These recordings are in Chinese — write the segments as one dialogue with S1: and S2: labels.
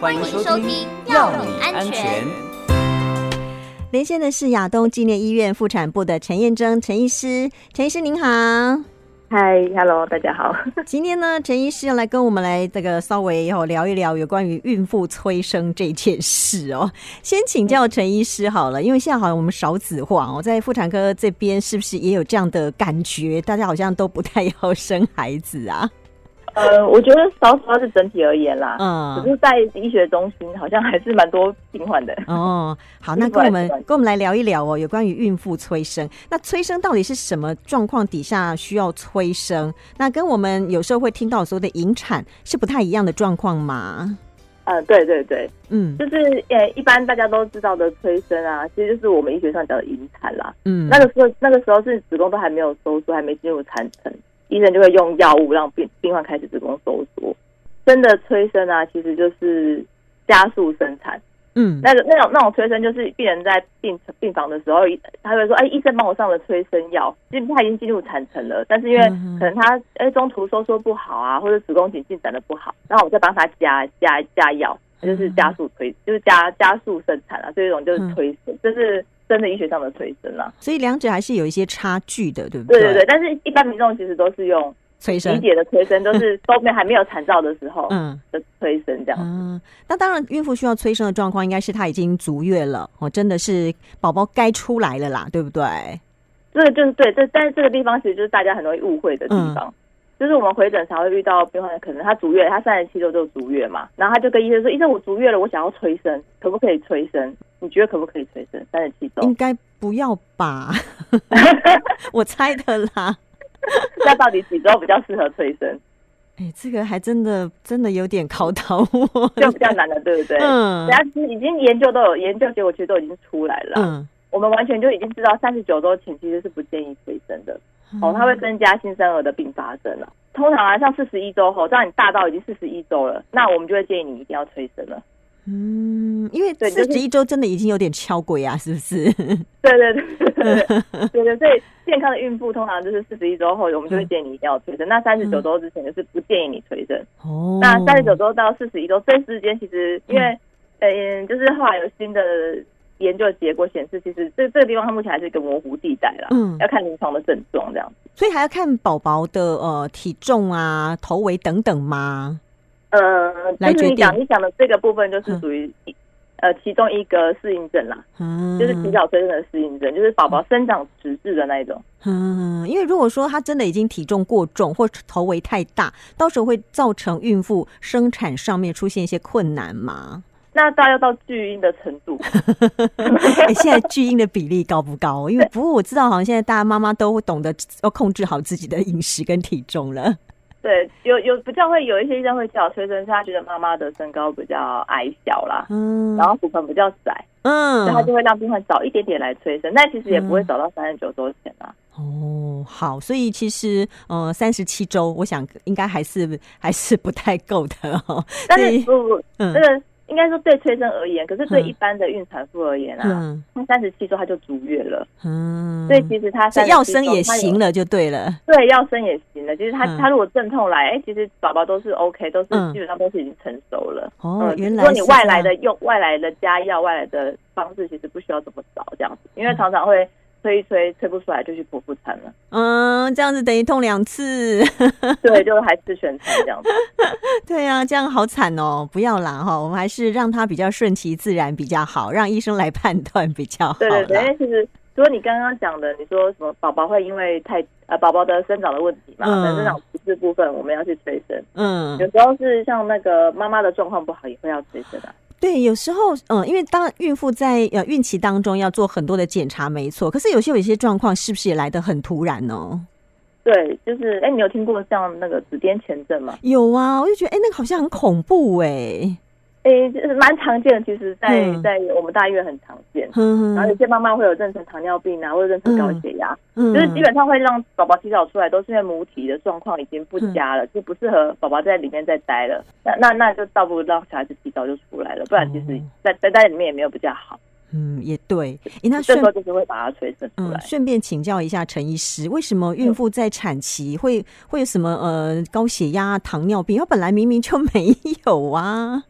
S1: 欢迎收听，要你安全。
S2: 连线的是亚东纪念医院妇产部的陈燕征陈医师，陈医师您好。
S3: 嗨，Hello，大家好。
S2: 今天呢，陈医师要来跟我们来这个稍微哦聊一聊有关于孕妇催生这件事哦。先请教陈医师好了，因为现在好像我们少子化哦，在妇产科这边是不是也有这样的感觉？大家好像都不太要生孩子啊。
S3: 呃，我觉得少子化是整体而言啦，可
S2: 嗯，
S3: 是，在医学中心好像还是蛮多病患 的。
S2: 哦，好，那跟我们跟我们来聊一聊哦，有关于孕妇催生。那催生到底是什么状况底下需要催生？那跟我们有时候会听到说的引产是不太一样的状况嘛？
S3: 呃，对对对，
S2: 嗯
S3: 就是呃，一般大家都知道的催生啊，其实就是我们医学上讲的引产啦。
S2: 嗯，
S3: 那个时候，那个时候是子宫都还没有收缩，还没进入产程，医生就会用药物让病病患开始子宫收缩。真的催生啊，其实就是加速生产。
S2: 嗯
S3: 那个那种那种催生，就是病人在病病房的时候，他会说：“哎，医生帮我上了催生药。”其实他已经进入产程了，但是因为
S2: 嗯哼
S3: 可能他哎中途收缩不好啊，或者子宫颈进展的不好，然后我们再帮他加加加药，
S2: 嗯
S3: 就是加速推，就是加加速生产啊。这种就是催生，这是真的医学上的催生啊。
S2: 所以两者还是有一些差距的，对不
S3: 对
S2: 对
S3: 对对，但是一般民众其实都是用
S2: 催
S3: 理
S2: 生，
S3: 解的催生，都是都没还没有产兆的时候
S2: 嗯
S3: 的催生这样。
S2: 啊，那当然，孕妇需要催生的状况应该是她已经足月了，哦，真的是宝宝该出来了啦，对不对？
S3: 这个就是对，这但是这个地方其实就是大家很容易误会的地方。
S2: 嗯
S3: 就是我们回诊常会遇到病患，可能他足月，他三十七周就足月嘛，然后他就跟医生说：“医生，我足月了，我想要催生，可不可以催生？你觉得可不可以催生？三十七周
S2: 应，该不要吧， 我猜的啦。
S3: 那到底几周比较适合催生？
S2: 哎，这个还真的真的有点考倒我，
S3: 就比较难了，对不对？
S2: 嗯
S3: 人家其实已经研究都有研究结果，其实都已经出来了。
S2: 嗯，
S3: 我们完全就已经知道，三十九周前其实是不建议催生的。
S2: 嗯
S3: 哦，它会增加新生儿的并发症了。通常啊，像四十一周后，让你大到已经四十一周了，那我们就会建议你一定要催生了。
S2: 嗯，因为
S3: 对就
S2: 四
S3: 是
S2: 十一周真的已经有点敲鬼啊，是不 是？
S3: 对对对对对对 对，所以健康的孕妇通常就是四十一周后，我们就会建议你一定要催生。那三十九周之前就是不建议你催生。
S2: 嗯哦，
S3: 那三十九周到四十一周这之间，其实因为嗯，就是后来有新的研究结果显示，其实这这个地方它目前还是一个模糊地带啦，
S2: 嗯
S3: 要看临床的症状这样。
S2: 所以还要看宝宝的呃体重啊、头围等等吗？
S3: 呃，
S2: 来
S3: 就是
S2: 决
S3: 你讲
S2: 定
S3: 你讲的这个部分，就是属于、呃其中一个适应症啦，
S2: 嗯，
S3: 就是提早催生的适应症，就是宝宝生长迟滞的那一种。
S2: 嗯，因为如果说她真的已经体重过重或头围太大，到时候会造成孕妇生产上面出现一些困难嘛？
S3: 那到要到巨婴的程度，
S2: 哎，现在巨婴的比例高不高？因为不过我知道，好像现在大家妈妈都懂得要控制好自己的饮食跟体重了。
S3: 对，有有比较会有一些医生会叫催生，是他觉得妈妈的身高比较矮小啦，
S2: 嗯，
S3: 然后骨盆比较窄，
S2: 嗯
S3: 所以他就会让病患早一点点来催生，但其实也不会早到三十九周前啊。
S2: 哦，好，所以其实呃，三十七周，我想应该还是还是不太够的哦。所
S3: 但是啊
S2: 以
S3: 不不，
S2: 嗯
S3: 那个应该说对催生而言，可是对
S2: 嗯
S3: 一般的孕产妇而言啊，
S2: 嗯
S3: 她三十七周她就足月了，
S2: 嗯，
S3: 所以其实她
S2: 所以要生
S3: 37周
S2: 也
S3: 她有
S2: 行了，就对了。
S3: 对，要生也行的。就是他、
S2: 嗯
S3: 他如果阵痛来，哎、其实宝宝都是 OK，都是、
S2: 嗯
S3: 基本上都是已经成熟了。
S2: 哦，
S3: 嗯
S2: 原
S3: 如
S2: 来
S3: 果你
S2: 是
S3: 外
S2: 这
S3: 来
S2: 样
S3: 的用外来的加药、外来的方式，其实不需要这么早这样子，因为常常会催一催，催不出来就去剖腹产 了。
S2: 嗯，这样子等于痛两次，
S3: 对，就还是选产这样子。
S2: 对啊，这样好惨哦！不要啦哈，我们还是让它比较顺其自然比较好，让医生来判断比较好
S3: 对对对，因
S2: 啦。
S3: 为其实除了你刚刚讲的，你说什么宝宝会因为太呃宝宝的生长的问题嘛，
S2: 嗯
S3: 可能生长不适部分我们要去催生，
S2: 嗯
S3: 有，时候是像那个妈妈的状况不好也会要催生啊。
S2: 对，有时候，嗯，因为当孕妇在呃孕期当中要做很多的检查，没错。可是有些有一些状况，是不是也来得很突然哦呢？
S3: 对，就是哎、你有听过像那个紫癜前症吗？
S2: 有啊，我就觉得，哎、那个好像很恐怖哎、
S3: 诶，就是蛮常见的，其实在，在、
S2: 嗯
S3: 我们大医院很常见。
S2: 哼
S3: 然后有
S2: 哼，
S3: 些妈妈会有妊娠糖尿病啊，或者妊娠高血压，
S2: 嗯
S3: 就是基本上会让宝宝提早出来，都是因为母体的状况已经不
S2: 嗯
S3: 佳了，就不适合宝宝在里面再待了。那那那就倒不如让小孩子提早就出来了，不然其实
S2: 哦
S3: 在在在里面也没有比较好。
S2: 嗯也对。哎、那
S3: 这
S2: 顺
S3: 时候就是会把它催生出
S2: 嗯
S3: 来，。嗯
S2: 顺便请教一下陈医师，为什么孕妇在产期会会有什么呃高血压、糖尿病？她本来明明就没有啊。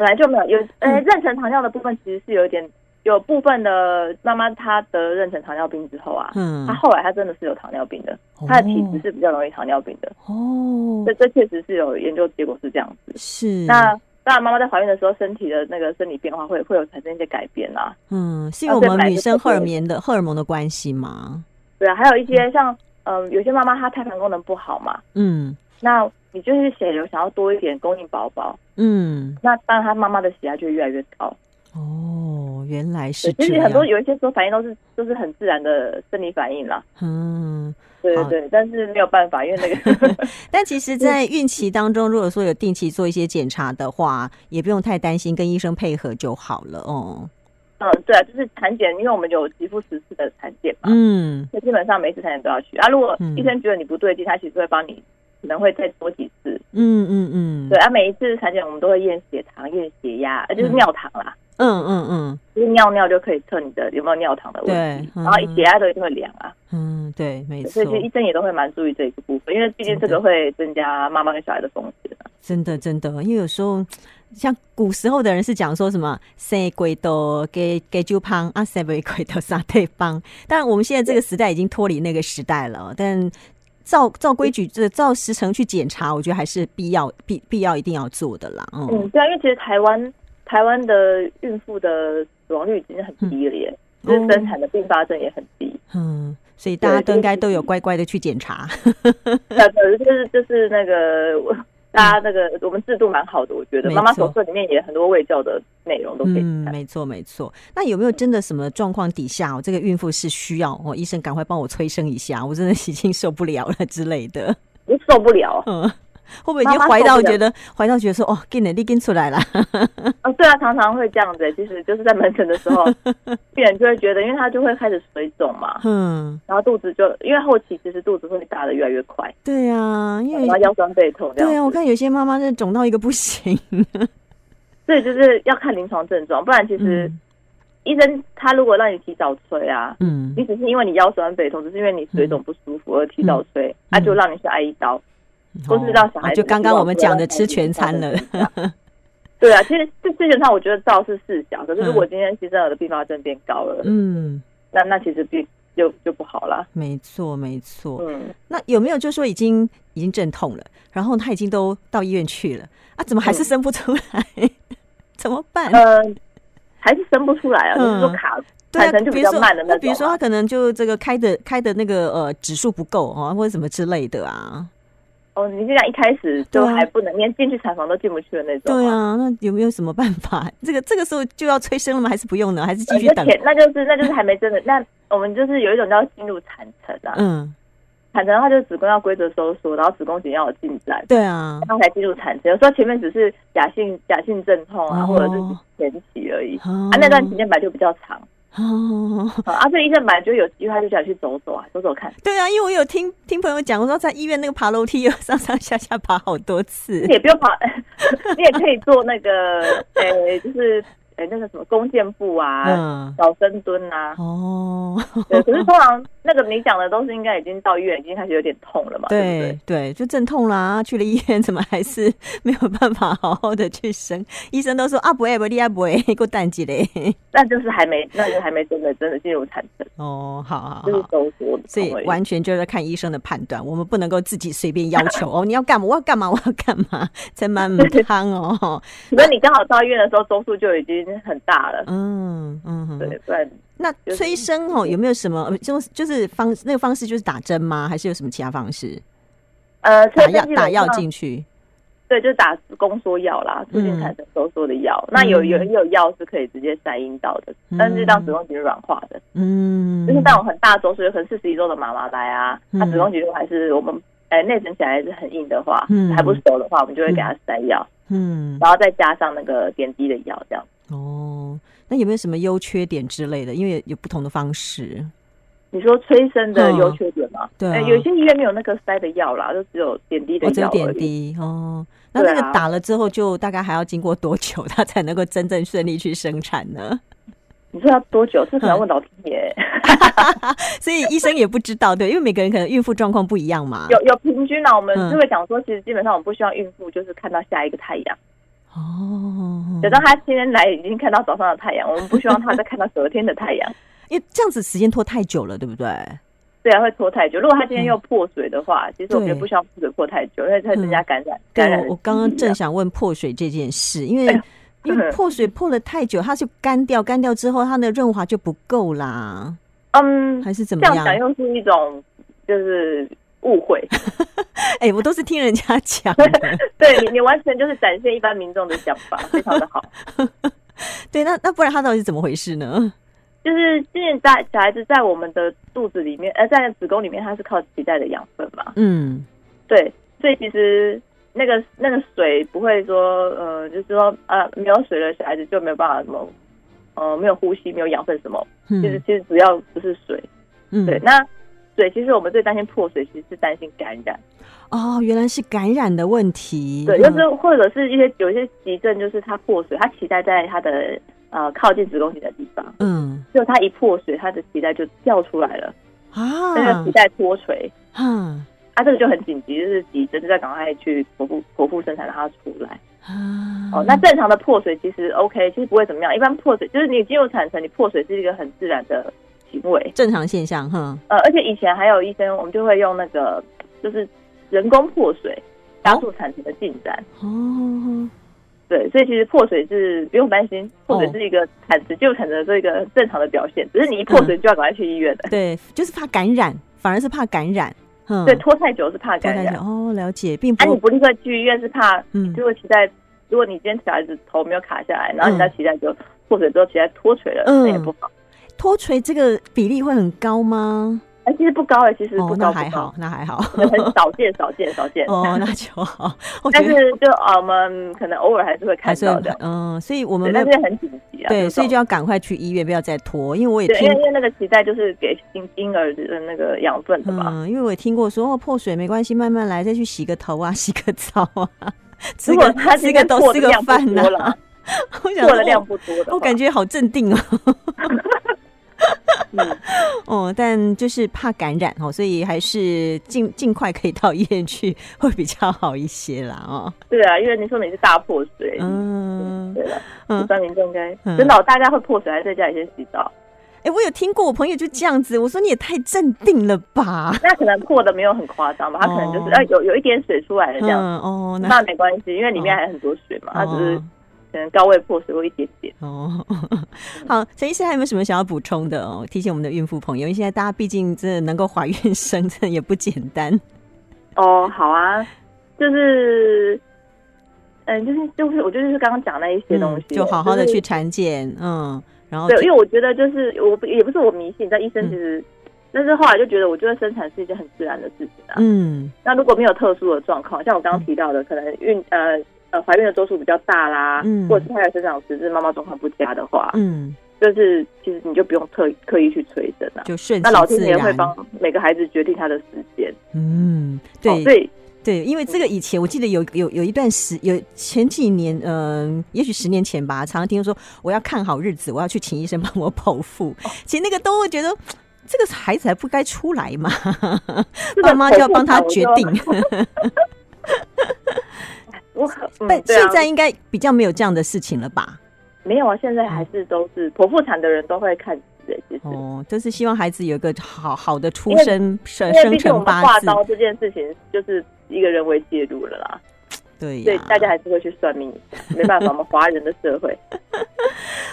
S3: 本来就没有有
S2: 嗯
S3: 呃妊娠糖尿的部分其实是有一点。有部分的妈妈她得妊娠糖尿病之后 啊，
S2: 嗯
S3: 她后来她真的是有糖尿病的，她的体质是比较容易糖尿病的，
S2: 哦
S3: 这，这确实是有研究结果是这样子。
S2: 是
S3: 那当然，妈妈在怀孕的时候，身体的那个生理变化会会有产生一些改变啊，
S2: 嗯，是因为我们女生荷尔蒙的荷尔蒙的关系吗？
S3: 对啊，还有一些像嗯、呃有些妈妈她胎盘功能不好嘛，
S2: 嗯
S3: 那你就是血流想要多一点供应宝宝，
S2: 嗯，
S3: 那当然她妈妈的血压就会越来越高。
S2: 哦，原来是
S3: 对，
S2: 这
S3: 其实
S2: 样。
S3: 很多有一些时候反应都是都是很自然的生理反应啦，
S2: 嗯，
S3: 对对
S2: 好
S3: 对，但是没有办法，因为 那个
S2: 但其实，在孕期当中，如果说有定期做一些检查的话，也不用太担心，跟医生配合就好了哦。
S3: 嗯，对啊，就是产检，因为我们有给付十次的产检嘛，
S2: 嗯，
S3: 所以基本上每次产检都要去啊。如果
S2: 嗯
S3: 医生觉得你不对劲，他其实会帮你，可能会再多几次。
S2: 嗯嗯嗯，
S3: 对，啊，每一次产检我们都会验血糖、验血压，呃就是
S2: 嗯
S3: 尿糖啦，
S2: 嗯嗯嗯
S3: 就是尿尿就可以测你的有没有尿糖的问题
S2: 对，嗯
S3: 然后血压都一定会量啊，
S2: 嗯，对，没
S3: 所
S2: 错
S3: 以其，实医生也都会蛮注意这一个部分，因为毕竟这
S2: 真的
S3: 个会增加妈妈跟小孩的风险啊。
S2: 真的真的，因为有时候像古时候的人是讲说什么“生鬼都给给就胖啊，生鬼鬼都杀对方”，当然我们现在这个时代已经脱离那个时代了，但。照照规矩，这照时程去检查，我觉得还是必要必必要一定要做的啦。嗯
S3: 嗯，对啊，因为其实台湾台湾的孕妇的死亡率已经很低了耶，
S2: 嗯
S3: 就是生产的并发症也很低。
S2: 嗯，所以大家
S3: 对
S2: 都应该都有
S3: 就是
S2: 乖乖的去检查。
S3: 呃，对就是就是那个，我大家那个我们制度蛮好的，我觉得
S2: 嗯没
S3: 妈妈
S2: 错
S3: 手册里面也很多卫教的内容都可以
S2: 嗯，
S3: 看。
S2: 没错没错。那有没有真的什么状况底下，哦，这个孕妇是需要哦，医生赶快帮我催生一下，我真的已经受不了了之类的？
S3: 你受不了
S2: 嗯，会不会已经
S3: 妈妈
S2: 怀到
S3: 受不了
S2: 觉得怀到觉得说哦，给你力跟出来了？
S3: 啊？对啊，常常会这样子、其实就是在门诊的时 候，病人就会觉得，因为他就会开始水肿嘛，
S2: 嗯，
S3: 然后肚子就因为后期其实肚子会大的越来越快，
S2: 对啊，因
S3: 然后
S2: 为
S3: 腰酸背痛这样。
S2: 对啊，我看有些妈妈那肿到一个不行。
S3: 所以就是要看临床症状，不然其实医生他如果让你提早催啊，
S2: 嗯
S3: 你只是因为你腰酸背痛，只是因为你水肿不舒服而提早
S2: 嗯
S3: 催，他、就让你去挨一刀。都是让小孩
S2: 哦
S3: 子
S2: 就刚刚我们讲的吃全餐了。
S3: 对啊，其实这这种上我觉得照是事小，可是如果今天其实我的并发症变高了，
S2: 嗯，
S3: 那那其实并就就不好啦。
S2: 没错没错。
S3: 嗯，
S2: 那有没有就说已经已经阵痛了，然后他已经都到医院去了啊，怎么还是
S3: 嗯
S2: 生不出来？ 怎么办？
S3: 呃，还是生不出来啊，
S2: 嗯
S3: 就是说卡
S2: 对啊
S3: 产生，就
S2: 比
S3: 比
S2: 如
S3: 较
S2: 说
S3: 慢的那种啊
S2: 比如说他可能就这个开的开的那个呃指数不够啊，或者什么之类的啊。
S3: 哦，你这样一开始
S2: 对
S3: 就
S2: 啊
S3: 还不能，连进去产房都进不去的那种、
S2: 对。啊，那有没有什么办法？ 这个这个时候就要催生了吗？还是不用呢？还是继续
S3: 而
S2: 等？
S3: 且那就是那就是还没真的，那我们就是有一种叫进入产程啊，
S2: 嗯，
S3: 产程的话就是子宫要规则收缩，然后子宫颈要有进展，
S2: 对啊，
S3: 然后才进入产程。有时候前面只是假性假性阵痛啊，
S2: 哦
S3: 或者是前期而已，
S2: 啊
S3: 啊，那段时间本来就比较长，
S2: 哦，
S3: 啊，啊所以医生本来就有机会，他就想去走走啊，走走看，
S2: 对啊，因为我有听听朋友讲，我说在医院那个爬楼梯又上上下下爬好多次
S3: 你。也不用跑， 你也可以做那个， 呃，就是呃那个什么弓箭步啊，
S2: 嗯，
S3: 小深蹲 啊，
S2: 哦，
S3: 对。可是通常那个你讲的都是应该已经到医院，已经开始有点痛了嘛，对不对？
S2: 对对，就阵痛啦，去了医院怎么还 是没有办法好好的去生？医生都说啊不会不会，你啊不会，给我淡季嘞。
S3: 那就是还没，那就还没真的真的进入产程，
S2: 哦，好好
S3: 就是
S2: 好，
S3: 收缩的
S2: 所以
S3: 痛而已。
S2: 完全就是看医生的判断，我们不能够自己随便要 求哦，你要干嘛，我要干嘛，我要干嘛，才满满汤哦。
S3: 除非你刚好到医院的时候，周数就已经很大了，
S2: 嗯嗯，
S3: 对，不然
S2: 那
S3: 就是
S2: 催生哦，有没有什么呃就是就是方那个方式就是打针吗？还是有什么其他方式？
S3: 呃，
S2: 打
S3: 催生
S2: 药
S3: 基本
S2: 打药
S3: 上
S2: 进嗯去？
S3: 对，就打宫缩药啦，促进产生收缩的药。那有有也有药是可以直接塞阴道的，
S2: 嗯
S3: 但是让子宫颈软化的，
S2: 嗯，
S3: 就是那种很大周岁，可能四十一周的妈妈来啊，
S2: 嗯
S3: 她子宫颈如果还是我们哎内诊起来还是很硬的话，
S2: 嗯
S3: 还不熟的话，我们就会给她塞药，
S2: 嗯
S3: 然后再加上那个点滴的药，这样。
S2: 哦，那有没有什么优缺点之类的？因为有不同的方式。
S3: 你说催生的优缺点吗？
S2: 对啊
S3: 哎有些医院没有那个塞的药啦，就只有点滴的
S2: 我只有
S3: 药而
S2: 哦点
S3: 已。
S2: 滴哦。那
S3: 对
S2: 那
S3: 啊
S2: 个打了之后，就大概还要经过多久， 它才能够真正顺利去生产呢？
S3: 你说要多久？这
S2: 嗯
S3: 可能要问老天爷。
S2: 所以医生也不知道，对，因为每个人可能孕妇状况不一样嘛。
S3: 有有平均啊，我们
S2: 嗯
S3: 就会讲说，其实基本上我们不希望孕妇就是看到下一个太阳。
S2: 哦，
S3: 假装他今天来已经看到早上的太阳，我们不希望他再看到隔天的太 阳。
S2: 因为这样子时间拖太久了，对不对？
S3: 对啊，会拖太久。如果他今天又破水的话，其实我觉得
S2: 嗯对嗯
S3: 不需要破水破太久，因为它会增加感染。感染的
S2: 我我刚刚
S3: 几率啊
S2: 正想问破水这件事，因为、
S3: 哎呀
S2: 因为
S3: 嗯
S2: 破水破了太久，它就干掉，干掉之后它的润滑就不够啦，
S3: 嗯，
S2: 还是怎
S3: 这
S2: 么样？
S3: 样讲又是一种就是误会。
S2: 哎、我都是听人家讲的。
S3: 对你，你完全就是展现一般民众的想法，非 常的好。
S2: 对，那那不然它到底是怎么回事呢？
S3: 就是现在小孩子在我们的肚子里面，呃，在子宫里面，它是靠脐带的养分嘛。
S2: 嗯，
S3: 对，所以其实那个那个水不会说，呃，就是说，呃，没有水的小孩子就没有办法什么，呃，没有呼吸，没有养分什么。
S2: 嗯
S3: 其实其实只要不是水，
S2: 嗯
S3: 对，那水其实我们最担心破水，其实是担心感染。
S2: 哦，原来是感染的问题。
S3: 对，
S2: 嗯
S3: 就是或者是一些有一些急症，就是它破水，它脐带在它的呃靠近子宫颈的地方，
S2: 嗯
S3: 就它一破水，它的脐带就掉出来了，那个
S2: 啊
S3: 脐带脱垂，
S2: 哈
S3: 啊，这个就很紧急，就是急诊，就在赶快去剖腹剖腹生产让它出来。
S2: 啊
S3: 哦，那正常的破水其实 OK，其实不会怎么样。一般破水就是你肌肉产生，你破水是一个很自然的行为。
S2: 正常现象哈。
S3: 呃，而且以前还有医生，我们就会用那个就是人工破水加速产生的进展。
S2: 哦，
S3: 对，所以其实破水是不用担心，破水是一个产子就产生这个正常的表现，只是你一破水就要赶快去医院的。
S2: 对，就是怕感染，反而是怕感染。嗯，
S3: 对，拖太久是怕
S2: 脱
S3: 感
S2: 胎
S3: 染
S2: 球，哦，了解，并
S3: 啊，你
S2: 不
S3: 不立刻去医院是怕，
S2: 嗯
S3: 如果脐带，如果你今天小孩子头没有卡下来，然后
S2: 嗯
S3: 你在脐带就破水之后脐带脱垂了，
S2: 嗯
S3: 那也不好。
S2: 脱垂这个比例会很高吗？
S3: 哎，其实不高哎，其实
S2: 哦
S3: 不，
S2: 那
S3: 高，
S2: 还好，那还好。
S3: 不高，很少见，少见，少见。
S2: 哦，那就好。我觉
S3: 但
S2: 得
S3: 是就呃我们可能偶尔还是会看
S2: 还是
S3: 到
S2: 会
S3: 的，
S2: 嗯，所以我
S3: 对，
S2: 们没
S3: 但
S2: 有
S3: 是很紧急啊。
S2: 对，所以就
S3: 要
S2: 要赶快去医院，不要再拖，因为我也
S3: 对，
S2: 听
S3: 因为因为那个脐带就是给婴婴儿的那个养分的嘛。
S2: 嗯，因为我也听过说哦，破水没关系，慢慢来，再去洗个头啊， 洗个澡 啊，吃
S3: 如果
S2: 个
S3: 他
S2: 吃
S3: 今
S2: 个
S3: 天
S2: 豆
S3: 做
S2: 吃个
S3: 的量不
S2: 饭呐、
S3: 多了，
S2: 我想
S3: 做
S2: 说
S3: 的量
S2: 哦
S3: 不多的话，
S2: 我感觉好镇定哦，
S3: 嗯
S2: 哦，但就是怕感染哦，所以还是尽尽快可以到医院去会比较好一些啦哦。
S3: 对啊，因为你说你是大破水，
S2: 嗯，
S3: 对了，
S2: 嗯
S3: 一般民众应该
S2: 嗯
S3: 真的哦大家会破水，还是在家里先洗澡。
S2: 哎、我有听过我朋友就这样子，我说你也太镇定了吧，
S3: 那可能破的没有很夸张吧，它可能就是
S2: 哦
S3: 呃有有一点水出来了这样，
S2: 嗯哦，那
S3: 那没关系，因为里面还有很多水嘛，它只是
S2: 哦
S3: 可能高位破水或一点点。
S2: 哦，好，陈医师还有没有什么想要补充的哦？提醒我们的孕妇朋友，因为现在大家毕竟真的能够怀孕生，真的也不简单。
S3: 哦，好啊，就是。嗯，就是就是，我就是刚刚讲那一些东西，
S2: 嗯就好好的
S3: 就是
S2: 去产检，嗯，然后
S3: 对，因为我觉得就是我不也不是我迷信，但医
S2: 嗯
S3: 生其实，但是后来就觉得，我觉得生产是一件很自然的事情啊。
S2: 嗯
S3: 那如果没有特殊的状况，像我刚刚提到的，可能孕呃呃怀孕的周数比较大啦，
S2: 嗯
S3: 或者是她有生长迟滞、妈妈状况不佳的话，
S2: 嗯，
S3: 就是其实你就不用特刻意去催生啊。
S2: 就顺
S3: 那老
S2: 其
S3: 天
S2: 自
S3: 爷会
S2: 然，
S3: 帮每个孩子决定他的时间，
S2: 嗯，
S3: 哦
S2: 对
S3: 所以
S2: 对，因为这个以前我记得有有有一段时有前几年，嗯、也许十年前吧，常常听说我要看好日子，我要去请医生帮我剖腹，
S3: 哦
S2: 其实那个都会觉得。这个孩子还不该出来嘛，
S3: 这个
S2: 爸妈就要
S3: 剖腹
S2: 帮他
S3: 产我
S2: 决
S3: 就
S2: 定。
S3: 我很嗯
S2: 但
S3: 对啊
S2: 现在应该比较没有这样的事情了吧？
S3: 没有啊，现在还是都是剖腹产的人都会看的，其实。
S2: 哦，就是希望孩子有一个好好的出
S3: 因为
S2: 生
S3: 因
S2: 生
S3: 为
S2: 生
S3: 毕竟
S2: 辰
S3: 我们
S2: 八
S3: 挂
S2: 字，
S3: 刀这件事情，就是一个人为介入了啦，
S2: 对
S3: 所以
S2: 呀、
S3: 大家还是会去算命一下，没办法，我们华人的社 会。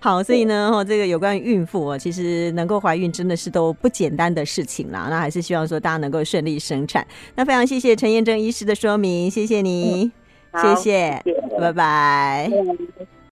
S2: 好，所以呢，哦，这个有关于孕妇啊，其实能够怀孕真的是都不简单的事情啦。那还是希望说大家能够顺利生产。那非常谢谢陈彦正医师的说明，谢谢你，
S3: 嗯好
S2: 谢谢，
S3: 谢谢
S2: 拜拜。
S3: 嗯